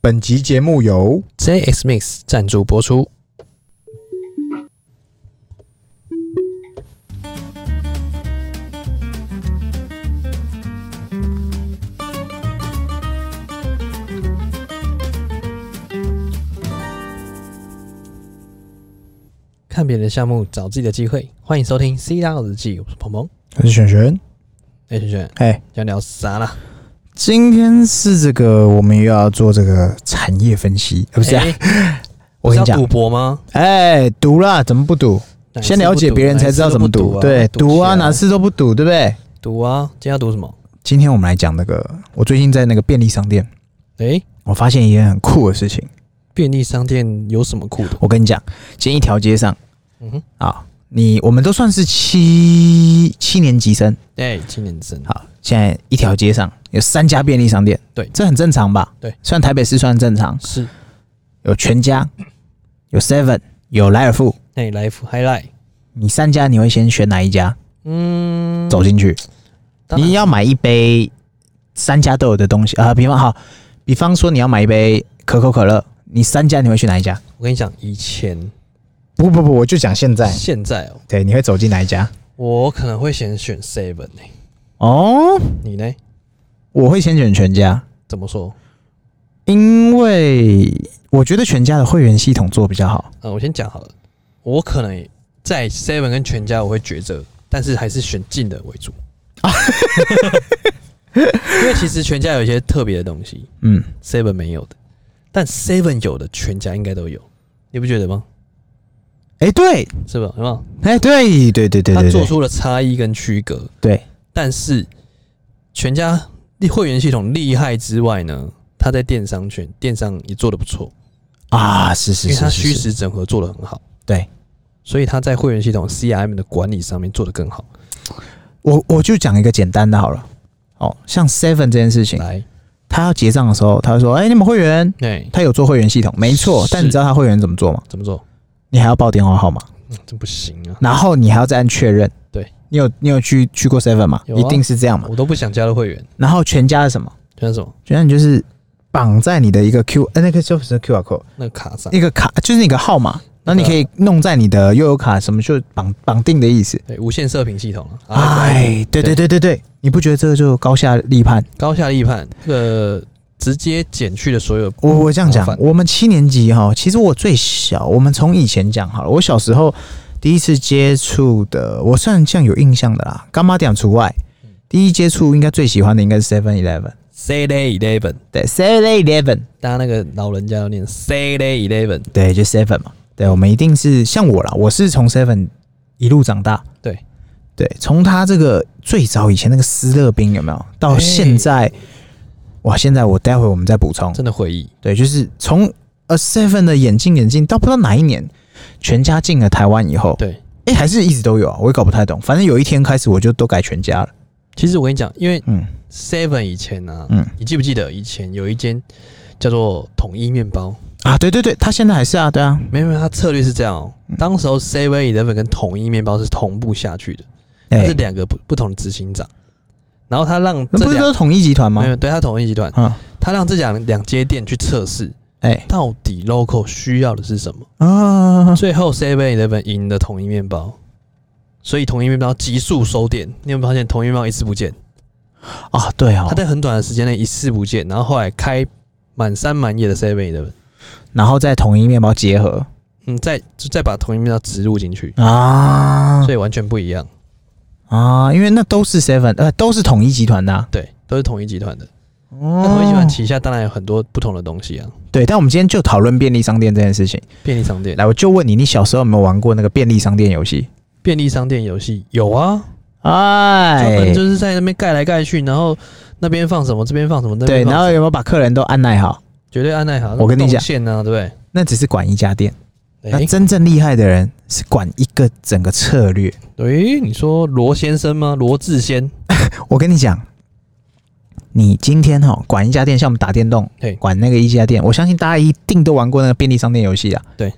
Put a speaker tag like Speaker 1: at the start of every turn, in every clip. Speaker 1: 本集节目由
Speaker 2: JX Mix 赞助播出。看别人的项目，找自己的机会。欢迎收听《C 大佬日记》，我是鹏鹏。
Speaker 1: 我是璇璇。
Speaker 2: 哎、轩轩，
Speaker 1: 哎，
Speaker 2: 想聊啥啦？
Speaker 1: 今天是这个，我们又要做这个产业分析，呃不
Speaker 2: 不
Speaker 1: 是啊、我
Speaker 2: 我
Speaker 1: 跟
Speaker 2: 哎是
Speaker 1: 你
Speaker 2: 要
Speaker 1: 讲
Speaker 2: 赌，博吗？
Speaker 1: 哎，赌啦，怎么不赌？
Speaker 2: 哪一次
Speaker 1: 先了解
Speaker 2: 不赌
Speaker 1: 别人才知道怎么
Speaker 2: 哪一次都不
Speaker 1: 赌，
Speaker 2: 啊
Speaker 1: 对，赌啊，
Speaker 2: 起来
Speaker 1: 哪次都不赌，对不对？
Speaker 2: 赌啊？今天要赌什么？
Speaker 1: 今天我们来讲那个，我最近在那个便利商店，
Speaker 2: 哎、
Speaker 1: 我发现一件很酷的事情。
Speaker 2: 便利商店有什么酷的？
Speaker 1: 我跟你讲，今天一条街上
Speaker 2: 嗯哼，
Speaker 1: 啊，你我们都算是七七年级生，
Speaker 2: 哎、青年生，
Speaker 1: 好，现在一条街上有三家便利商店，
Speaker 2: 对
Speaker 1: 这很正常吧？
Speaker 2: 对，
Speaker 1: 虽然台北市算正常，
Speaker 2: 是，
Speaker 1: 有全家，有 Seven，有莱尔富，
Speaker 2: 哎、来福 highlight，
Speaker 1: 你三家你会先选哪一家？
Speaker 2: 嗯，
Speaker 1: 走进去，
Speaker 2: 当然
Speaker 1: 你要买一杯三家都有的东西啊、呃比方好，比方说你要买一杯可口可乐，你三家你会去哪一家？
Speaker 2: 我跟你讲，以前
Speaker 1: 不不不，我就讲现在，
Speaker 2: 现在哦、
Speaker 1: 对，你会走进哪一家？
Speaker 2: 我可能会先选 seven 呢、
Speaker 1: 哦，
Speaker 2: 你呢？
Speaker 1: 我会先选全家，
Speaker 2: 怎么说？
Speaker 1: 因为我觉得全家的会员系统做比较好。
Speaker 2: 嗯，我先讲好了，我可能在 seven 跟全家我会抉择，但是还是选近的 为主，因为其实全家有一些特别的东西
Speaker 1: 嗯，
Speaker 2: ，seven 没有的，但 seven 有的全家应该都有，你不觉得吗？
Speaker 1: 哎、对，
Speaker 2: 是吧？有没有？
Speaker 1: 哎、对，对对对
Speaker 2: 他
Speaker 1: 对
Speaker 2: 做
Speaker 1: 对，
Speaker 2: 出了差异跟区隔，
Speaker 1: 对，
Speaker 2: 但是全家会员系统厉害之外呢，他在电商圈电商也做的不错，
Speaker 1: 啊，是是
Speaker 2: 因为
Speaker 1: 是
Speaker 2: 他
Speaker 1: 是
Speaker 2: 虚
Speaker 1: 是，
Speaker 2: 实整合做的很好，
Speaker 1: 对
Speaker 2: 所以他在会员系统 CRM 的管理上面做的更好。
Speaker 1: 我我就讲一个简单的好了。哦，像 Seven 这件事情，
Speaker 2: 来，
Speaker 1: 他要结账的时候，他会说：“哎、你们会员，
Speaker 2: 哎，
Speaker 1: 他有做会员系统，没错。
Speaker 2: 是
Speaker 1: 但你知道他会员怎么做吗？
Speaker 2: 怎么做？
Speaker 1: 你还要报电话号码，
Speaker 2: 嗯，这不行啊，
Speaker 1: 然后你还要再按确认。
Speaker 2: 对，
Speaker 1: 你有你有去去过 Seven 吗？
Speaker 2: 有啊
Speaker 1: 一定是这样嘛。
Speaker 2: 我都不想加入会员，
Speaker 1: 然后全家是什么？
Speaker 2: 像什么
Speaker 1: 全家你就是绑在你的一个 Q，呃，那个就是 QR code，
Speaker 2: 那个卡上，
Speaker 1: 一个卡就是那个号
Speaker 2: 啊
Speaker 1: 码，然后你可以弄在你的悠游卡什么就绑绑定的意思。
Speaker 2: 对，无限射频系统了、啊，
Speaker 1: 哎，对对对对对，你不觉得这个就高下立判？
Speaker 2: 高下立判，这个直接减去了所有，
Speaker 1: 我我这样讲
Speaker 2: 麻烦，
Speaker 1: 我们七年级哈，其实我最小，我们从以前讲好了，我小时候第一次接触的，我算像有印象的啦，干妈店除外。第一接触应该最喜欢的应该是 Seven Eleven，
Speaker 2: C Day Eleven，
Speaker 1: 对 Seven Eleven，
Speaker 2: 大家那个老人家都念 C Day Eleven，
Speaker 1: 对，就 Seven 嘛。对，我们一定是像我啦，我是从 Seven 一路长大。
Speaker 2: 对
Speaker 1: 对，从他这个最早以前那个斯乐冰有没有，到
Speaker 2: 哎
Speaker 1: 现在，哇，现在我待会我们再补充。
Speaker 2: 真的回忆，
Speaker 1: 对，就是从呃 Seven 的眼镜眼镜到不知道哪一年，全家进了台湾以后，
Speaker 2: 对。
Speaker 1: 哎、还是一直都有啊，我也搞不太懂。反正有一天开始我就都改全家了。
Speaker 2: 其实我跟你讲，因为
Speaker 1: 嗯
Speaker 2: Seven 以前呢、啊，
Speaker 1: 嗯
Speaker 2: 你记不记得以前有一间叫做统一面包？
Speaker 1: 啊，对对对，他现在还是啊，对啊，
Speaker 2: 没有没有，它策略是这样、哦，
Speaker 1: 嗯
Speaker 2: 当时候 Seven Eleven 跟统一面包是同步下去的，它
Speaker 1: 哎、
Speaker 2: 是两个不不同的执行长，然后他让
Speaker 1: 那
Speaker 2: 这
Speaker 1: 不是
Speaker 2: 两
Speaker 1: 都是统一集团吗
Speaker 2: 没？有对他统一集团，
Speaker 1: 嗯，
Speaker 2: 他让这两两间店去测试
Speaker 1: 哎、
Speaker 2: 到底 local 需要的是什么。
Speaker 1: 啊，
Speaker 2: 最后 Seven Eleven 赢了统一面包，所以统一面包急速收店。你有没有发现统一面包一次不见？
Speaker 1: 啊，对哦
Speaker 2: 他，在很短的时间内一次不见，然后后来开满山满野的 Seven Eleven，
Speaker 1: 然后再统一面包结合
Speaker 2: 嗯，再就再把统一面包植入进去，
Speaker 1: 啊
Speaker 2: 所以完全不一样。
Speaker 1: 啊，因为那都是 Seven，呃，都是统一集团的、啊。
Speaker 2: 对，都是统一集团的。
Speaker 1: 哦
Speaker 2: 那统一集团旗下当然有很多不同的东西啊，
Speaker 1: 对，但我们今天就讨论便利商店这件事情。
Speaker 2: 便利商店、
Speaker 1: 来，我就问你，你小时候有没有玩过那个便利商店游戏？
Speaker 2: 便利商店游戏有啊，
Speaker 1: 哎，
Speaker 2: 专门就是在那边盖来盖去，然后那边放什么，这边放什么，那
Speaker 1: 对，
Speaker 2: 边放
Speaker 1: 然后有没有把客人都按耐好？
Speaker 2: 绝对按耐好。
Speaker 1: 我跟你讲
Speaker 2: 线呢、对不
Speaker 1: 那只是管一家店，
Speaker 2: 对？
Speaker 1: 那
Speaker 2: 哎、
Speaker 1: 真正厉害的人是管一个整个策略。
Speaker 2: 诶你说罗先生吗？罗志先，
Speaker 1: 我跟你讲，你今天哈、管一家店，像我们打电动
Speaker 2: 对，
Speaker 1: 管那个一家店，我相信大家一定都玩过那个便利商店游戏啊。
Speaker 2: 对，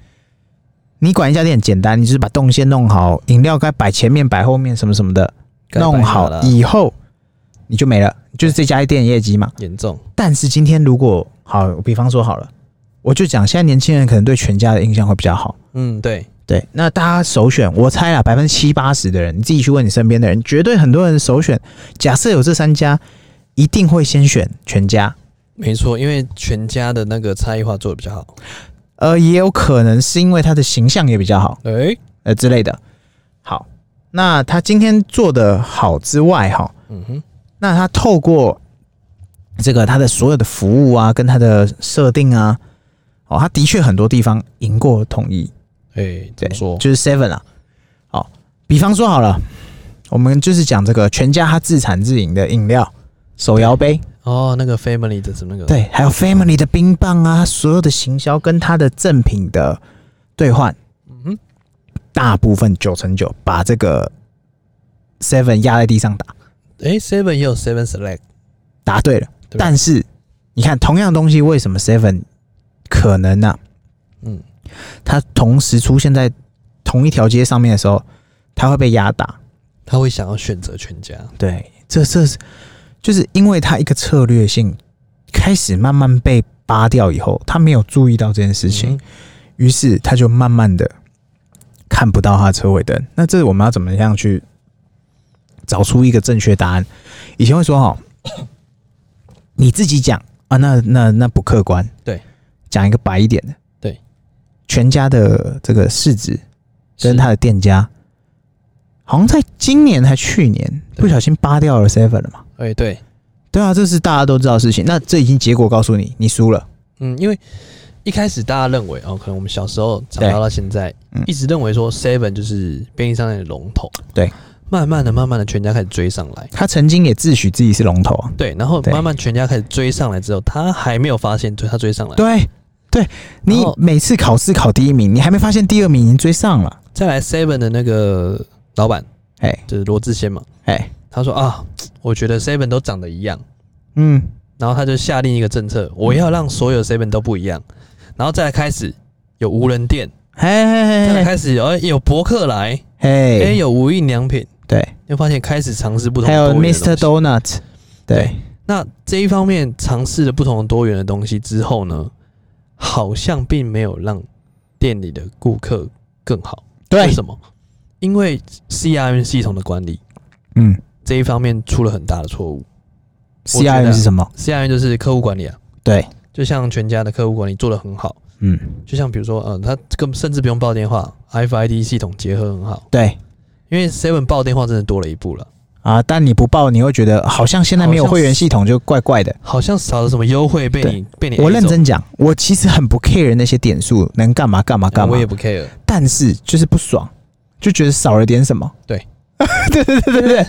Speaker 1: 你管一家店很简单，你就是把动线弄好，饮料该摆前面摆后面什么什么的，
Speaker 2: 该摆
Speaker 1: 弄
Speaker 2: 哪
Speaker 1: 好
Speaker 2: 了
Speaker 1: 以后你就没了，就是这家店业绩嘛。
Speaker 2: 严重，
Speaker 1: 但是今天如果好，比方说好了，我就讲现在年轻人可能对全家的印象会比较好。
Speaker 2: 嗯，对，
Speaker 1: 对，那大家首选，我猜啊啦，百分之七八十的人，你自己去问你身边的人，绝对很多人首选。假设有这三家，一定会先选全家。
Speaker 2: 没错，因为全家的那个差异化做的比较好。
Speaker 1: 呃，也有可能是因为它的形象也比较好，
Speaker 2: 哎、
Speaker 1: 呃之类的。好，那他今天做的好之外，哈，
Speaker 2: 嗯哼，
Speaker 1: 那他透过这个他的所有的服务啊，跟他的设定啊，哦，他的确很多地方赢过统一，
Speaker 2: 哎、
Speaker 1: 对
Speaker 2: 怎么，说？
Speaker 1: 就是 Seven 啊。好，比方说好了，我们就是讲这个全家他自产自营的饮料。手摇杯，
Speaker 2: 哦，那个 family 的什么那个？，
Speaker 1: 对，还有 Family 的冰棒啊，所有的行销跟它的赠品的兑换，
Speaker 2: 嗯哼，
Speaker 1: 大部分九成九把这个 Seven 压在地上打，
Speaker 2: 哎、s e v e n 也有 Seven Select，
Speaker 1: 答对了。
Speaker 2: 对吧
Speaker 1: 但是你看，同样东西为什么 Seven 可能呢、
Speaker 2: 嗯，
Speaker 1: 它同时出现在同一条街上面的时候，它会被压打。
Speaker 2: 他会想要选择全家。
Speaker 1: 对，这这是就是因为它一个策略性开始慢慢被扒掉以后，他没有注意到这件事情，
Speaker 2: 嗯
Speaker 1: 于是他就慢慢的看不到他的车尾灯。那这我们要怎么样去找出一个正确答案？以前会说哦， 你自己讲啊，那那那不客观。
Speaker 2: 对，
Speaker 1: 讲一个白一点的，
Speaker 2: 对，
Speaker 1: 全家的这个市值
Speaker 2: 是
Speaker 1: 跟他的店家，好像在今年还去年
Speaker 2: 对
Speaker 1: 不小心扒掉了 seven 了嘛。
Speaker 2: 哎、对，
Speaker 1: 对啊，这是大家都知道的事情。那这已经结果告诉你，你输了。
Speaker 2: 嗯，因为一开始大家认为哦，可能我们小时候长
Speaker 1: 对
Speaker 2: 大到现在
Speaker 1: 嗯，
Speaker 2: 一直认为说 Seven 就是便利商店的龙头。
Speaker 1: 对，
Speaker 2: 慢慢的、慢慢的，全家开始追上来。
Speaker 1: 他曾经也自诩自己是龙头啊。
Speaker 2: 对，然后
Speaker 1: 对
Speaker 2: 慢慢全家开始追上来之后，他还没有发现，对他追上来。
Speaker 1: 对对，你
Speaker 2: 然后
Speaker 1: 每次考试考第一名，你还没发现第二名已经追上了。
Speaker 2: 再来 Seven 的那个老板
Speaker 1: 哎
Speaker 2: 就是罗志先嘛，
Speaker 1: 哎，
Speaker 2: 他说啊，我觉得 Seven 都长得一样，
Speaker 1: 嗯，
Speaker 2: 然后他就下定一个政策，我要让所有 Seven 都不一样，然后再来开始有无人店，
Speaker 1: 嘿
Speaker 2: 再来
Speaker 1: 嘿嘿
Speaker 2: 开始有哎有博客来，哎、
Speaker 1: 嘿，
Speaker 2: 有无印良品，
Speaker 1: 对，
Speaker 2: 你会发现开始尝试不同
Speaker 1: 还
Speaker 2: 的
Speaker 1: 有
Speaker 2: 多元的
Speaker 1: Mr.
Speaker 2: 东西。
Speaker 1: Donut，对
Speaker 2: 对，那这一方面尝试了不同的多元的东西之后呢，好像并没有让店里的顾客更好。为
Speaker 1: 对，
Speaker 2: 什么？因为 CRM 系统的管理
Speaker 1: 嗯
Speaker 2: 这一方面出了很大的错误。我觉
Speaker 1: ，CRM
Speaker 2: 得
Speaker 1: 是什么？
Speaker 2: CRM 就是客户管理啊，
Speaker 1: 对，
Speaker 2: 就像全家的客户管理做得很好，
Speaker 1: 嗯，
Speaker 2: 就像比如说，嗯、呃，他根本甚至不用报电话，FID 系统结合很好，
Speaker 1: 对
Speaker 2: 因为 Seven 报电话真的多了一步了，
Speaker 1: 啊，但你不报，你会觉得好像现在没有
Speaker 2: 好像
Speaker 1: 会员系统就怪怪的。
Speaker 2: 好像少了什么优惠被你被你 A
Speaker 1: 我认
Speaker 2: 走
Speaker 1: 真讲，我其实很不 care 那些点数能干嘛干嘛干嘛
Speaker 2: 啊我，也不 care。
Speaker 1: 但是就是不爽，就觉得少了点什么。
Speaker 2: 对，
Speaker 1: 对对对对对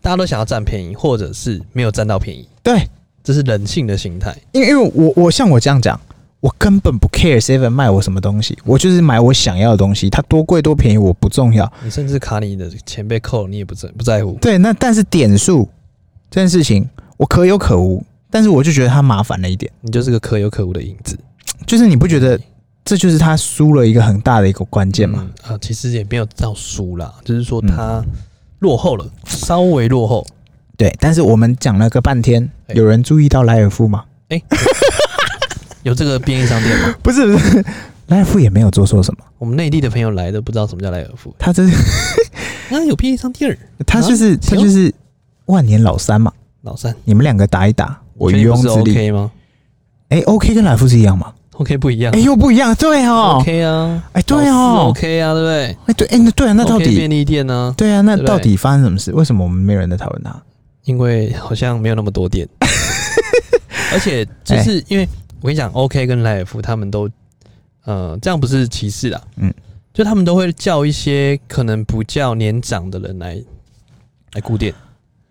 Speaker 2: 大家都想要占便宜，或者是没有占到便宜，
Speaker 1: 对，
Speaker 2: 这是人性的心态。
Speaker 1: 因为因为我我像我这样讲，我根本不 care Seven 卖我什么东西，我就是买我想要的东西，它多贵多便宜我不重要。
Speaker 2: 你甚至卡你的钱被扣，你也不在不在乎。
Speaker 1: 对，那但是点数这件事情，我可有可无，但是我就觉得它麻烦了一点，
Speaker 2: 你就是个可有可无的影子，
Speaker 1: 就是你不觉得这就是他输了一个很大的一个关键吗？
Speaker 2: 嗯啊、其实也没有到输啦，就是说
Speaker 1: 嗯
Speaker 2: 他落后了，稍微落后。
Speaker 1: 对，但是我们讲了个半天，
Speaker 2: 哎
Speaker 1: 有人注意到莱尔富吗？
Speaker 2: 哎、有这个便利商店吗？
Speaker 1: 不是不是，莱尔富也没有做错什么，
Speaker 2: 我们内地的朋友来的不知道什么叫莱尔富，
Speaker 1: 他这
Speaker 2: 那有便利商店儿，
Speaker 1: 他就是、
Speaker 2: 啊
Speaker 1: 他就是万年老三嘛，
Speaker 2: 老三，
Speaker 1: 你们两个打一打，我
Speaker 2: 你
Speaker 1: 渔
Speaker 2: 确定不
Speaker 1: 翁
Speaker 2: 是
Speaker 1: 之利。
Speaker 2: OK 吗
Speaker 1: 哎、o k 跟莱尔富是一样吗？
Speaker 2: ？OK 不一样、
Speaker 1: 哎、又不一样，对哦，
Speaker 2: o k 啊，
Speaker 1: 哎对
Speaker 2: 老
Speaker 1: 哦
Speaker 2: 四，OK 啊，对不对？
Speaker 1: 哎、对，哎、那对啊，那到
Speaker 2: OK
Speaker 1: 底
Speaker 2: 便利店呢、
Speaker 1: 对啊，那
Speaker 2: 对不
Speaker 1: 到
Speaker 2: 对
Speaker 1: 底发生什么事？为什么我们没有人在讨论它？
Speaker 2: 因为好像没有那么 多店，而且
Speaker 1: 哎
Speaker 2: 就是因为我跟你讲，OK 跟莱尔夫他们都，呃，这样不是歧视啦，
Speaker 1: 嗯
Speaker 2: 嗯，就他们都会叫一些可能不叫年长的人来来顾店，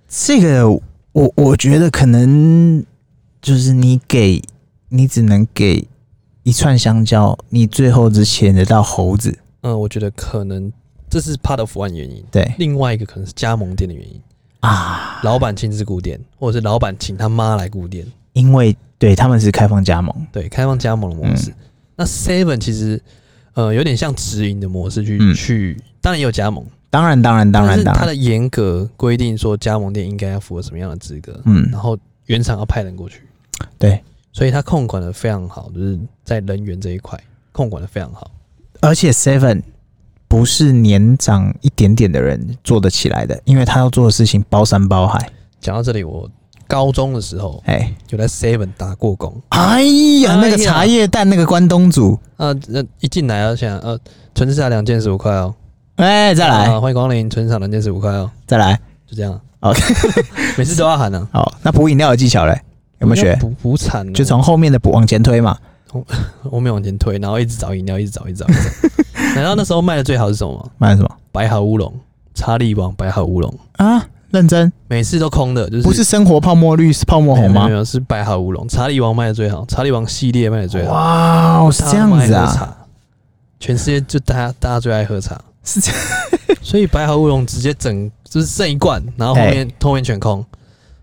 Speaker 1: 这个我我觉得可能就是你给你只能给一串香蕉，你最后只选得到猴子，
Speaker 2: 嗯、我觉得可能这是 part of one 原因，
Speaker 1: 对
Speaker 2: 另外一个可能是加盟店的原因，
Speaker 1: 啊，
Speaker 2: 老板亲自顾店，或者是老板请他妈来顾店，
Speaker 1: 因为对他们是开放加盟，
Speaker 2: 对，开放加盟的模式。
Speaker 1: 嗯
Speaker 2: 那 Seven 其实，呃，有点像直营的模式去、
Speaker 1: 嗯
Speaker 2: 去，当然也有加盟，
Speaker 1: 当然，当然，当
Speaker 2: 但
Speaker 1: 然，
Speaker 2: 是
Speaker 1: 当
Speaker 2: 它
Speaker 1: 然，
Speaker 2: 的严格规定说加盟店应该要符合什么样的资格，
Speaker 1: 嗯
Speaker 2: 然后原厂要派人过去，
Speaker 1: 对，
Speaker 2: 所以它控管的非常好，就是在人员这一块控管的非常好。
Speaker 1: 而且 Seven 不是年长一点点的人做得起来的，因为他要做的事情包山包海。
Speaker 2: 讲到这里，我高中的时候
Speaker 1: 哎，
Speaker 2: 有在 Seven 打过工，
Speaker 1: 哎呀，那个茶叶蛋，那个关东煮，
Speaker 2: 啊，那一进来啊，想呃，纯市场两件十五块哦，
Speaker 1: 哎，再来，
Speaker 2: 啊，欢迎光临纯市场两件十五块哦，
Speaker 1: 再来。
Speaker 2: 就这样。
Speaker 1: OK
Speaker 2: 每次都要喊啊，
Speaker 1: 好，那补饮料的技巧嘞，有没有学？
Speaker 2: 补补产哦，
Speaker 1: 就从后面的补往前推嘛。
Speaker 2: 后面往前推，然后一直找饮料，一直找，一直找。一直 找难道那时候卖的最好是什么吗？
Speaker 1: 买什么
Speaker 2: 白毫乌龙，查理王白毫乌龙，
Speaker 1: 啊？认真，
Speaker 2: 每次都空的，就是哎
Speaker 1: 不是生活泡沫绿，是泡沫
Speaker 2: 没有
Speaker 1: 红吗
Speaker 2: 没？有，是白毫乌龙，查理王卖的最好，查理王系列卖的最好。
Speaker 1: 哇哦，是
Speaker 2: 大
Speaker 1: 这
Speaker 2: 家
Speaker 1: 样
Speaker 2: 都爱
Speaker 1: 子
Speaker 2: 喝
Speaker 1: 啊，
Speaker 2: 茶，全世界就大家大家最爱喝茶，
Speaker 1: 是这样。
Speaker 2: 所以白毫乌龙直接整就是剩一罐，然后后
Speaker 1: 哎
Speaker 2: 面后面全空，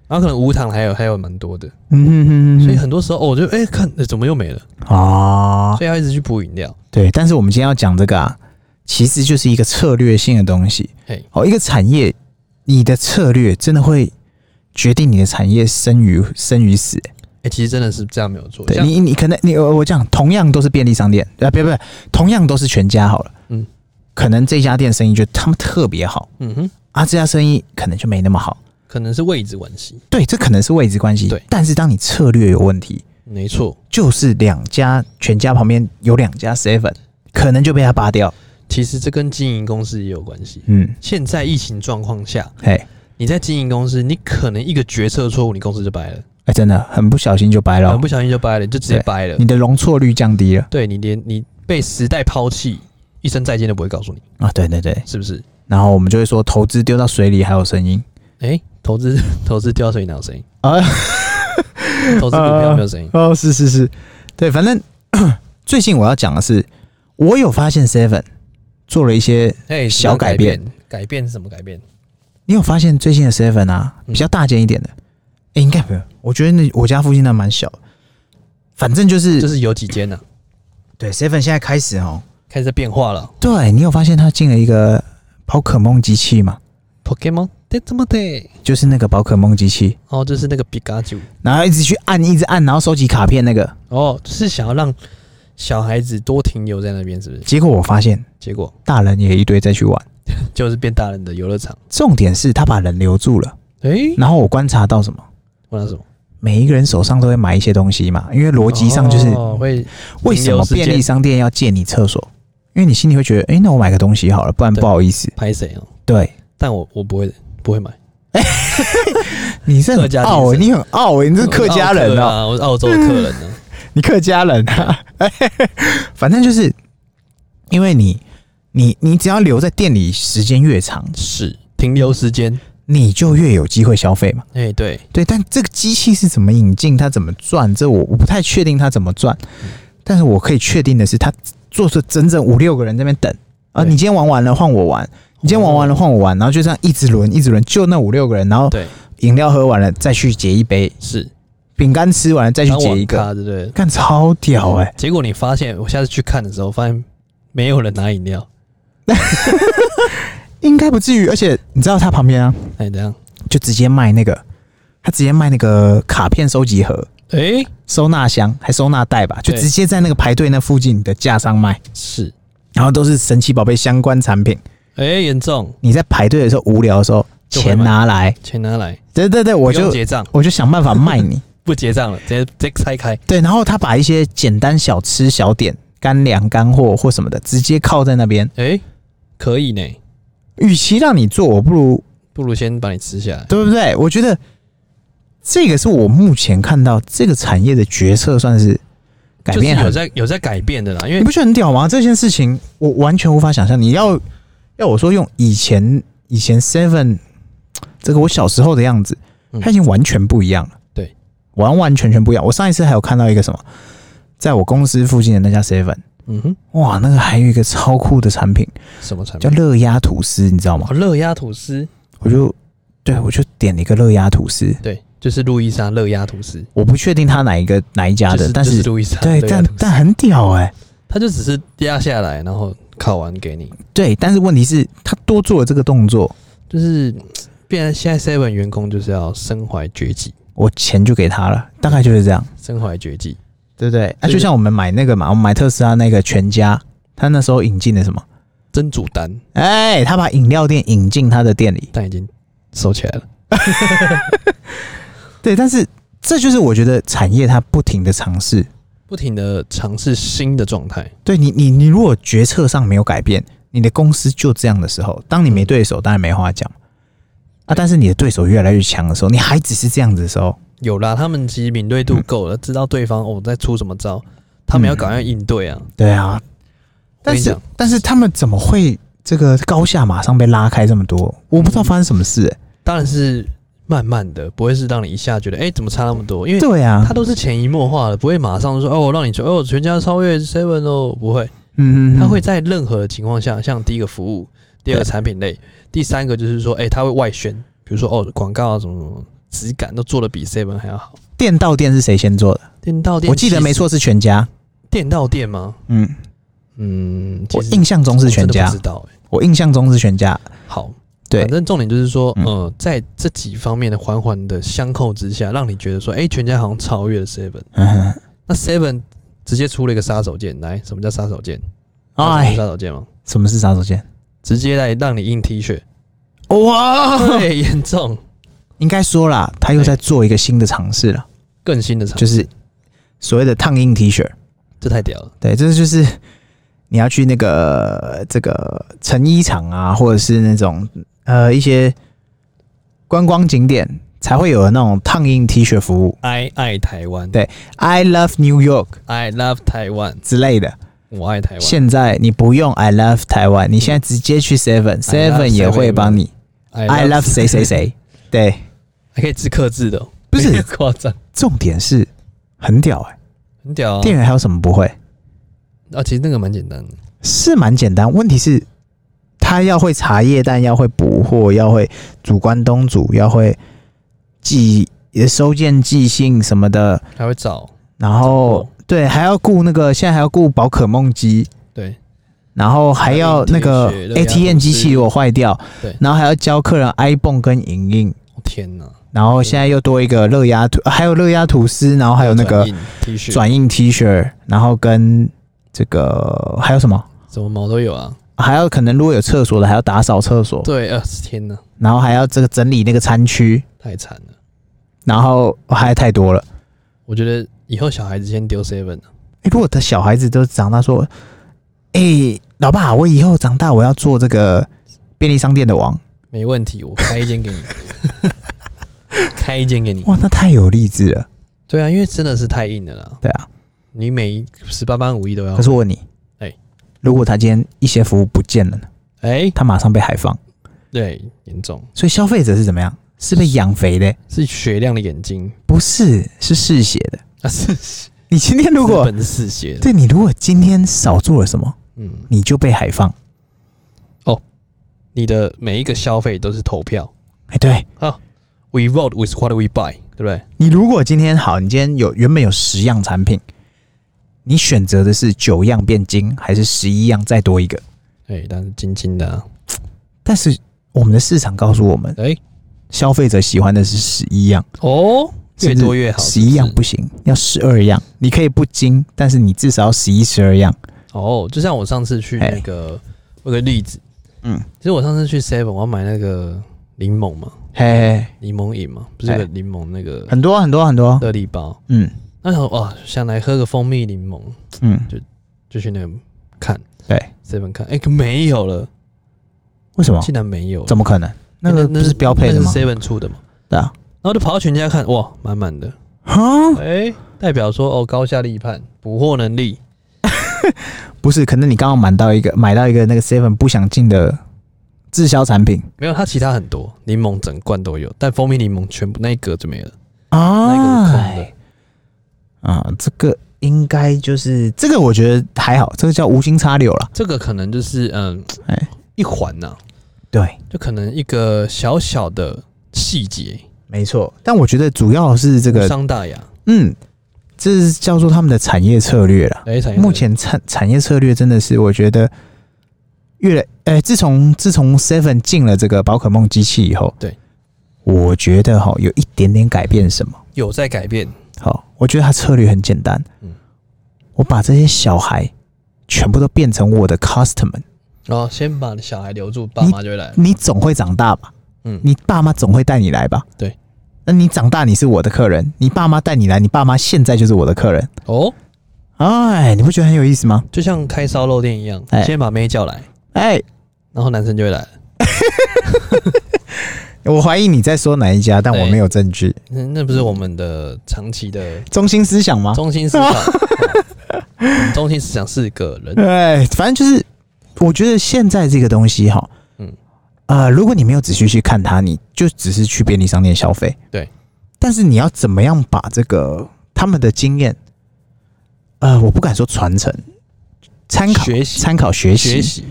Speaker 2: 然后可能无糖还有还有蛮多的，
Speaker 1: 嗯哼哼
Speaker 2: 所以
Speaker 1: 哼
Speaker 2: 很多时候、哦、我就哎、看、呃怎么又没了，
Speaker 1: 哼，啊，
Speaker 2: 所以要一直去补饮料。
Speaker 1: 对。但是我们今天要讲这个啊，其实就是一个策略性的东西
Speaker 2: 嘿。
Speaker 1: 哦，一个产业，你的策略真的会决定你的产业生与生与死。
Speaker 2: 哎、其实真的是这样没有错，
Speaker 1: 对
Speaker 2: 像
Speaker 1: 你，你可能你我我讲，同样都是便利商店，啊，别别，同样都是全家好了，
Speaker 2: 嗯
Speaker 1: 嗯，可能这家店生意就他们特别好
Speaker 2: 嗯哼，
Speaker 1: 啊，这家生意可能就没那么好。
Speaker 2: 可能是位置关系，
Speaker 1: 对，这可能是位置关系。
Speaker 2: 对
Speaker 1: 但是当你策略有问题，
Speaker 2: 没错。
Speaker 1: 就是两家全家旁边有两家 seven，可能就被他拔掉。
Speaker 2: 其实这跟经营公司也有关系。
Speaker 1: 嗯，
Speaker 2: 现在疫情状况下，
Speaker 1: 嘿，哎、
Speaker 2: 你在经营公司，你可能一个决策错误，你公司就掰了，
Speaker 1: 哎真的很不小心就掰了
Speaker 2: 很
Speaker 1: 哦，
Speaker 2: 不小心就掰了，就直接
Speaker 1: 对
Speaker 2: 掰了
Speaker 1: 你。的容错率降低了
Speaker 2: 对你连你被时代抛弃，一声再见都不会告诉你，
Speaker 1: 啊。对对对，
Speaker 2: 是不是？
Speaker 1: 然后我们就会说，投资丢到水里还有声音。
Speaker 2: 哎、投资 投资掉水哪有声音？
Speaker 1: 啊，
Speaker 2: 投资股票没有声音。
Speaker 1: 哦，是是是，对，反正 最近我要讲的是，我有发现 Seven 做了一些，
Speaker 2: 哎、
Speaker 1: 小
Speaker 2: 什么改
Speaker 1: 改变，
Speaker 2: 改变是什么改变？
Speaker 1: 你有发现最近的 Seven 啊，比较大间一点的，哎、应该没有，我觉得那我家附近那蛮小的，反正就是、
Speaker 2: 就是有几间呢、啊，
Speaker 1: 对 Seven 现在开始哦，
Speaker 2: 开始在变化了。
Speaker 1: 对你有发现他进了一个宝可梦机器吗？
Speaker 2: Pokemon 对怎么对？
Speaker 1: 就是那个宝可梦机器，
Speaker 2: 哦，就是那个皮卡丘。
Speaker 1: 然后一直去按，一直按，然后收集卡片那个，
Speaker 2: 哦，就是想要让小孩子多停留在那边，是不是？
Speaker 1: 结果我发现
Speaker 2: 结果
Speaker 1: 大人也一堆在去玩，
Speaker 2: 就是变大人的游乐场。
Speaker 1: 重点是他把人留住了，
Speaker 2: 哎、
Speaker 1: 然后我观察到什么？
Speaker 2: 问到什么？
Speaker 1: 每一个人手上都会买一些东西嘛，因为逻辑上就是
Speaker 2: 哦、会
Speaker 1: 为什么便利商店要借你厕所？因为你心里会觉得，哎、那我买个东西好了，不然
Speaker 2: 对
Speaker 1: 不好意思。
Speaker 2: 拍谁哦？
Speaker 1: 对，
Speaker 2: 但我我不会不会买。
Speaker 1: 你是
Speaker 2: 客
Speaker 1: 很
Speaker 2: 家
Speaker 1: 傲、
Speaker 2: 精神
Speaker 1: 你很傲、你是客家人哦、
Speaker 2: 啊，我是澳洲的客人呢、
Speaker 1: 你客家人啊。 反正就是，因为你，你，你只要留在店里时间越长，
Speaker 2: 是停留时间。
Speaker 1: 你就越有机会消费嘛。
Speaker 2: 哎、对，
Speaker 1: 对，但这个机器是怎么引进，它怎么赚，这我我不太确定它怎么赚，
Speaker 2: 嗯
Speaker 1: 但是我可以确定的是，它做出整整五六个人在那边等啊，
Speaker 2: 对哦
Speaker 1: 你今天玩完了换我玩，你今天玩完了换我玩，然后就这样一直轮一直轮，就那五六个人，然后
Speaker 2: 对，
Speaker 1: 饮料喝完了再去结一杯，
Speaker 2: 是
Speaker 1: 饼干吃完了再去
Speaker 2: 当
Speaker 1: 结
Speaker 2: 网
Speaker 1: 一个，
Speaker 2: 咖对不对？
Speaker 1: 干超屌哎、
Speaker 2: 结果你发现，我下次去看的时候，发现没有人拿饮料。
Speaker 1: 应该不至于，而且你知道它旁边啊，
Speaker 2: 哎、怎样？
Speaker 1: 就直接卖那个，他直接卖那个卡片收集盒。
Speaker 2: 哎、
Speaker 1: 收纳箱还收纳袋吧，就
Speaker 2: 对
Speaker 1: 直接在那个排队那附近的架上卖。
Speaker 2: 是，
Speaker 1: 然后都是神奇宝贝相关产品。
Speaker 2: 哎、严重，
Speaker 1: 你在排队的时候无聊的时候，
Speaker 2: 就会买
Speaker 1: 钱拿来，
Speaker 2: 钱拿来，
Speaker 1: 对对对，我
Speaker 2: 不用
Speaker 1: 就
Speaker 2: 结账，
Speaker 1: 我就想办法卖 你。
Speaker 2: 不结账了，直接直接拆开。
Speaker 1: 对，然后他把一些简单小吃、小点、干粮、干货或什么的，直接靠在那边。
Speaker 2: 哎、可以呢，
Speaker 1: 与其让你做，我不如
Speaker 2: 不如先把你吃下来。
Speaker 1: 对不对？我觉得这个是我目前看到这个产业的决策算是改变
Speaker 2: 就是有
Speaker 1: 很。
Speaker 2: 在有在改变的啦，因
Speaker 1: 你
Speaker 2: 为
Speaker 1: 不觉得很屌吗？这件事情我完全无法想象。你要要我说用以前以前 Seven 这个我小时候的样子，
Speaker 2: 嗯
Speaker 1: 它已经完全不一样了。
Speaker 2: 对，
Speaker 1: 完完全全不一样。我上一次还有看到一个什么，在我公司附近的那家 Seven，
Speaker 2: 嗯哼，
Speaker 1: 哇，那个还有一个超酷的产品
Speaker 2: 什么产
Speaker 1: 叫
Speaker 2: 品？
Speaker 1: 热压吐司，你知道吗
Speaker 2: 哦，？热压吐司，
Speaker 1: 我就对我就点了一个热压吐司，
Speaker 2: 对，就是路易莎热压吐司，
Speaker 1: 我不确定它哪一个哪一家的，
Speaker 2: 就是
Speaker 1: 但
Speaker 2: 就是是路易莎
Speaker 1: 对，
Speaker 2: 热压
Speaker 1: 但
Speaker 2: 吐司，
Speaker 1: 但很屌哎、
Speaker 2: 它就只是压下来，然后烤完给你，
Speaker 1: 对，但是问题是，他多做了这个动作，
Speaker 2: 就是变成现在 Seven 员工就是要身怀绝技，
Speaker 1: 我钱就给他了，大概就是这样，
Speaker 2: 身怀绝技，
Speaker 1: 对不对？啊，
Speaker 2: 嗯对
Speaker 1: 就像我们买那个嘛，我们买特斯拉那个全家，他那时候引进了什么？
Speaker 2: 真主丹，
Speaker 1: 哎、他把饮料店引进他的店里，
Speaker 2: 但已经收起来了。
Speaker 1: 对，但是这就是我觉得产业它不停的尝试，
Speaker 2: 不停的尝试新的状态，
Speaker 1: 对你，你你如果决策上没有改变，你的公司就这样的时候，当你没对手，当然没话讲啊。但是你的对手越来越强的时候，你还只是这样子的时候，
Speaker 2: 有啦，他们其实敏锐度够了，知道对方哦在出什么招，他
Speaker 1: 嗯
Speaker 2: 们要赶快应对啊。
Speaker 1: 对啊。但
Speaker 2: 我跟
Speaker 1: 是
Speaker 2: 你讲
Speaker 1: 但是他们怎么会这个高下马上被拉开这么多？我不知道发生什么事、欸。
Speaker 2: 当然是慢慢的，不会是让你一下觉得哎、怎么差那么多，因为
Speaker 1: 对啊
Speaker 2: 他，都是潜移默化的，不会马上说哦我让你觉得哦全家超越 seven 哦，不会，
Speaker 1: 嗯，嗯嗯
Speaker 2: 他会在任何情况下，像第一个服务，第二个
Speaker 1: 对
Speaker 2: 产品类，第三个就是说哎、他会外宣，比如说哦广告啊什么什么质感都做的比 seven 还要好。
Speaker 1: 店到店是谁先做的？
Speaker 2: 电到店，
Speaker 1: 我记得没，错是全家。
Speaker 2: 电到店吗？
Speaker 1: 嗯，
Speaker 2: 嗯，其
Speaker 1: 我
Speaker 2: 实
Speaker 1: 印象中是全
Speaker 2: 我真的
Speaker 1: 家
Speaker 2: 不知，道、欸。
Speaker 1: 我印象中是全家。
Speaker 2: 好，
Speaker 1: 对
Speaker 2: 反，正重点就是说，
Speaker 1: 嗯
Speaker 2: 呃，在这几方面的环环的相扣之下，让你觉得说，哎、全家好像超越了 Seven。
Speaker 1: 嗯哼，
Speaker 2: 那 Seven 直接出了一个杀手锏，来，什么叫杀手锏？
Speaker 1: 哎，
Speaker 2: 杀手锏吗？
Speaker 1: 什么是杀手锏？
Speaker 2: 直接来让你印 T 恤，
Speaker 1: 哇，
Speaker 2: 对，严重
Speaker 1: 应该说啦，他又在做一个新的尝试了，
Speaker 2: 更新的厂，
Speaker 1: 就是所谓的烫印 T 恤。
Speaker 2: 这太屌了，
Speaker 1: 对，这就是你要去那个这个成衣厂啊，或者是那种呃一些观光景点才会有的那种烫印 T 恤服务
Speaker 2: 爱爱台湾，
Speaker 1: 对，I love New York
Speaker 2: ，I love 台湾，
Speaker 1: 之类的。
Speaker 2: 我爱台湾嗯
Speaker 1: 现在你不用 I love 台湾，你现在直接去 Seven Seven 也会帮你 I love 谁谁，谁。对，
Speaker 2: 还可以自克制的哦、
Speaker 1: 不是
Speaker 2: 没有夸张，
Speaker 1: 重点是很屌哎、
Speaker 2: 很屌啊！
Speaker 1: 店员还有什么不会？
Speaker 2: 啊，其实那个蛮简单的，
Speaker 1: 是蛮简单，问题是他要会茶叶蛋，要会补货，要会煮关东煮，要会记收件寄信什么的，
Speaker 2: 还会找，
Speaker 1: 然
Speaker 2: 哦
Speaker 1: 后对还要顾那个现在还要顾宝可梦机，
Speaker 2: 对，
Speaker 1: 然后还要那个
Speaker 2: 还有印铁学
Speaker 1: ATM 机器如果坏掉，
Speaker 2: 对
Speaker 1: 然后还要教客人 iPhone 跟影印。
Speaker 2: 哦天哪，
Speaker 1: 然后现在又多一个热压吐，还有热压吐司，然后还有那
Speaker 2: 转
Speaker 1: 个
Speaker 2: 印 T 恤，
Speaker 1: 转印 T 恤，然后跟这个还有什么？
Speaker 2: 什么毛都有啊。
Speaker 1: 还要可能如果有厕所的，还要打扫厕所。
Speaker 2: 对，呃，天哪，
Speaker 1: 然后还要这个整理那个餐区，
Speaker 2: 太惨了！
Speaker 1: 然后还太多了。
Speaker 2: 我觉得以后小孩子先丢 seven 了
Speaker 1: 诶如果的小孩子都长大说，哎、老爸，我以后长大我要做这个便利商店的王，
Speaker 2: 没问题，我开一间给 你，开一间给你。
Speaker 1: 哇，那太有励志了，
Speaker 2: 对啊，因为真的是太硬了啦，
Speaker 1: 对啊。
Speaker 2: 你每十八般武艺都要
Speaker 1: 可。是我问你，
Speaker 2: 哎
Speaker 1: 如果他今天一些服务不见了呢？
Speaker 2: 哎、
Speaker 1: 他马上被海放，
Speaker 2: 对，严重
Speaker 1: 所以消费者是怎么样？是被养肥的、
Speaker 2: 是雪亮的眼睛
Speaker 1: 不是，是嗜血的。
Speaker 2: 啊， 是
Speaker 1: 你今天如
Speaker 2: 日
Speaker 1: 果
Speaker 2: 本嗜血的，
Speaker 1: 对你如果今天少做了什么，
Speaker 2: 嗯，
Speaker 1: 你就被海放。
Speaker 2: 你的每一个消费都是投票
Speaker 1: 哎、对
Speaker 2: ，we vote with what we buy，对不对？
Speaker 1: 你如果今天好，你今天有原本有十样产品，你选择的是九样变精，还是十一样再多一个？
Speaker 2: 哎、但是晶晶的、啊，
Speaker 1: 但是我们的市场告诉我们，
Speaker 2: 哎、
Speaker 1: 消费者喜欢的是十一样，
Speaker 2: 哦，越多越好，
Speaker 1: 十一样
Speaker 2: 是
Speaker 1: 不行，要十二样。你可以不精，但是你至少要十一、十二样。
Speaker 2: 哦，就像我上次去那
Speaker 1: 嘿
Speaker 2: 个，我有个例子，
Speaker 1: 嗯，
Speaker 2: 其实我上次去 Seven，我要买那个柠檬嘛，
Speaker 1: 嘿嘿，
Speaker 2: 柠檬饮嘛，不是有
Speaker 1: 嘿
Speaker 2: 个柠檬那个
Speaker 1: 哎很多很多很多。
Speaker 2: 乐力包，
Speaker 1: 嗯
Speaker 2: 那时候哇，想来喝个蜂蜜柠檬，
Speaker 1: 嗯，
Speaker 2: 就去那看
Speaker 1: 对，
Speaker 2: Seven 看，哎、可没有了，
Speaker 1: 为什么？
Speaker 2: 竟然没有了，
Speaker 1: 怎么可能？那个不是标配的
Speaker 2: 那
Speaker 1: 吗
Speaker 2: 是？Seven 出的嘛，
Speaker 1: 对啊，
Speaker 2: 然后就跑到全家看，哇，满满的，
Speaker 1: 哈，
Speaker 2: 哎、代表说哦，高下立判，捕获能力，
Speaker 1: 不是，可能你刚刚买到一个买到一个那个 seven 不想进的滞销产品
Speaker 2: 没有，它其他很多，柠檬整罐都有，但蜂蜜柠檬全部那一格就没了，那一个是空
Speaker 1: 啊
Speaker 2: 的。
Speaker 1: 啊、这个应该就是这个，我觉得还好，这个叫无心插柳了。
Speaker 2: 这个可能就是嗯
Speaker 1: 哎，
Speaker 2: 一环啊呐、
Speaker 1: 对，
Speaker 2: 就可能一个小小的细节，
Speaker 1: 没错。但我觉得主要是这
Speaker 2: 无
Speaker 1: 个，
Speaker 2: 伤大雅。
Speaker 1: 嗯，这是叫做他们的产业策略了。
Speaker 2: 哎，产业
Speaker 1: 目前产产业策略真的是，我觉得越来，呃、自从自从 Seven 进了这个宝可梦机器以后，
Speaker 2: 对，
Speaker 1: 我觉得哈有一点点改变什么。
Speaker 2: 有在改变，
Speaker 1: 好，我觉得他策略很简单，
Speaker 2: 嗯
Speaker 1: 我把这些小孩全部都变成我的 customer，
Speaker 2: 然后先把小孩留住，爸妈就会来了。
Speaker 1: 你总会长大吧？
Speaker 2: 嗯，
Speaker 1: 你爸妈总会带你来吧？
Speaker 2: 对。
Speaker 1: 那你长大你是我的客人，你爸妈带你来，你爸妈现在就是我的客人。
Speaker 2: 哦，
Speaker 1: 哎，你不觉得很有意思吗？
Speaker 2: 就像开烧肉店一样，
Speaker 1: 哎
Speaker 2: 先把妹叫来，
Speaker 1: 哎、
Speaker 2: 然后男生就会来了。
Speaker 1: 我怀疑你在说哪一家，但我
Speaker 2: 对
Speaker 1: 没有证据。
Speaker 2: 那那不是我们的长期的
Speaker 1: 中心思想吗？
Speaker 2: 中心 思想，哦我们中心思想是个人，
Speaker 1: 对，反正就是，我觉得现在这个东西哈，嗯
Speaker 2: 嗯，
Speaker 1: 啊，如果你没有仔细去看它，你就只是去便利商店消费，
Speaker 2: 对。
Speaker 1: 但是你要怎么样把这个他们的经验，呃，我不敢说传承，参考
Speaker 2: 学习
Speaker 1: 参考学习，
Speaker 2: 学习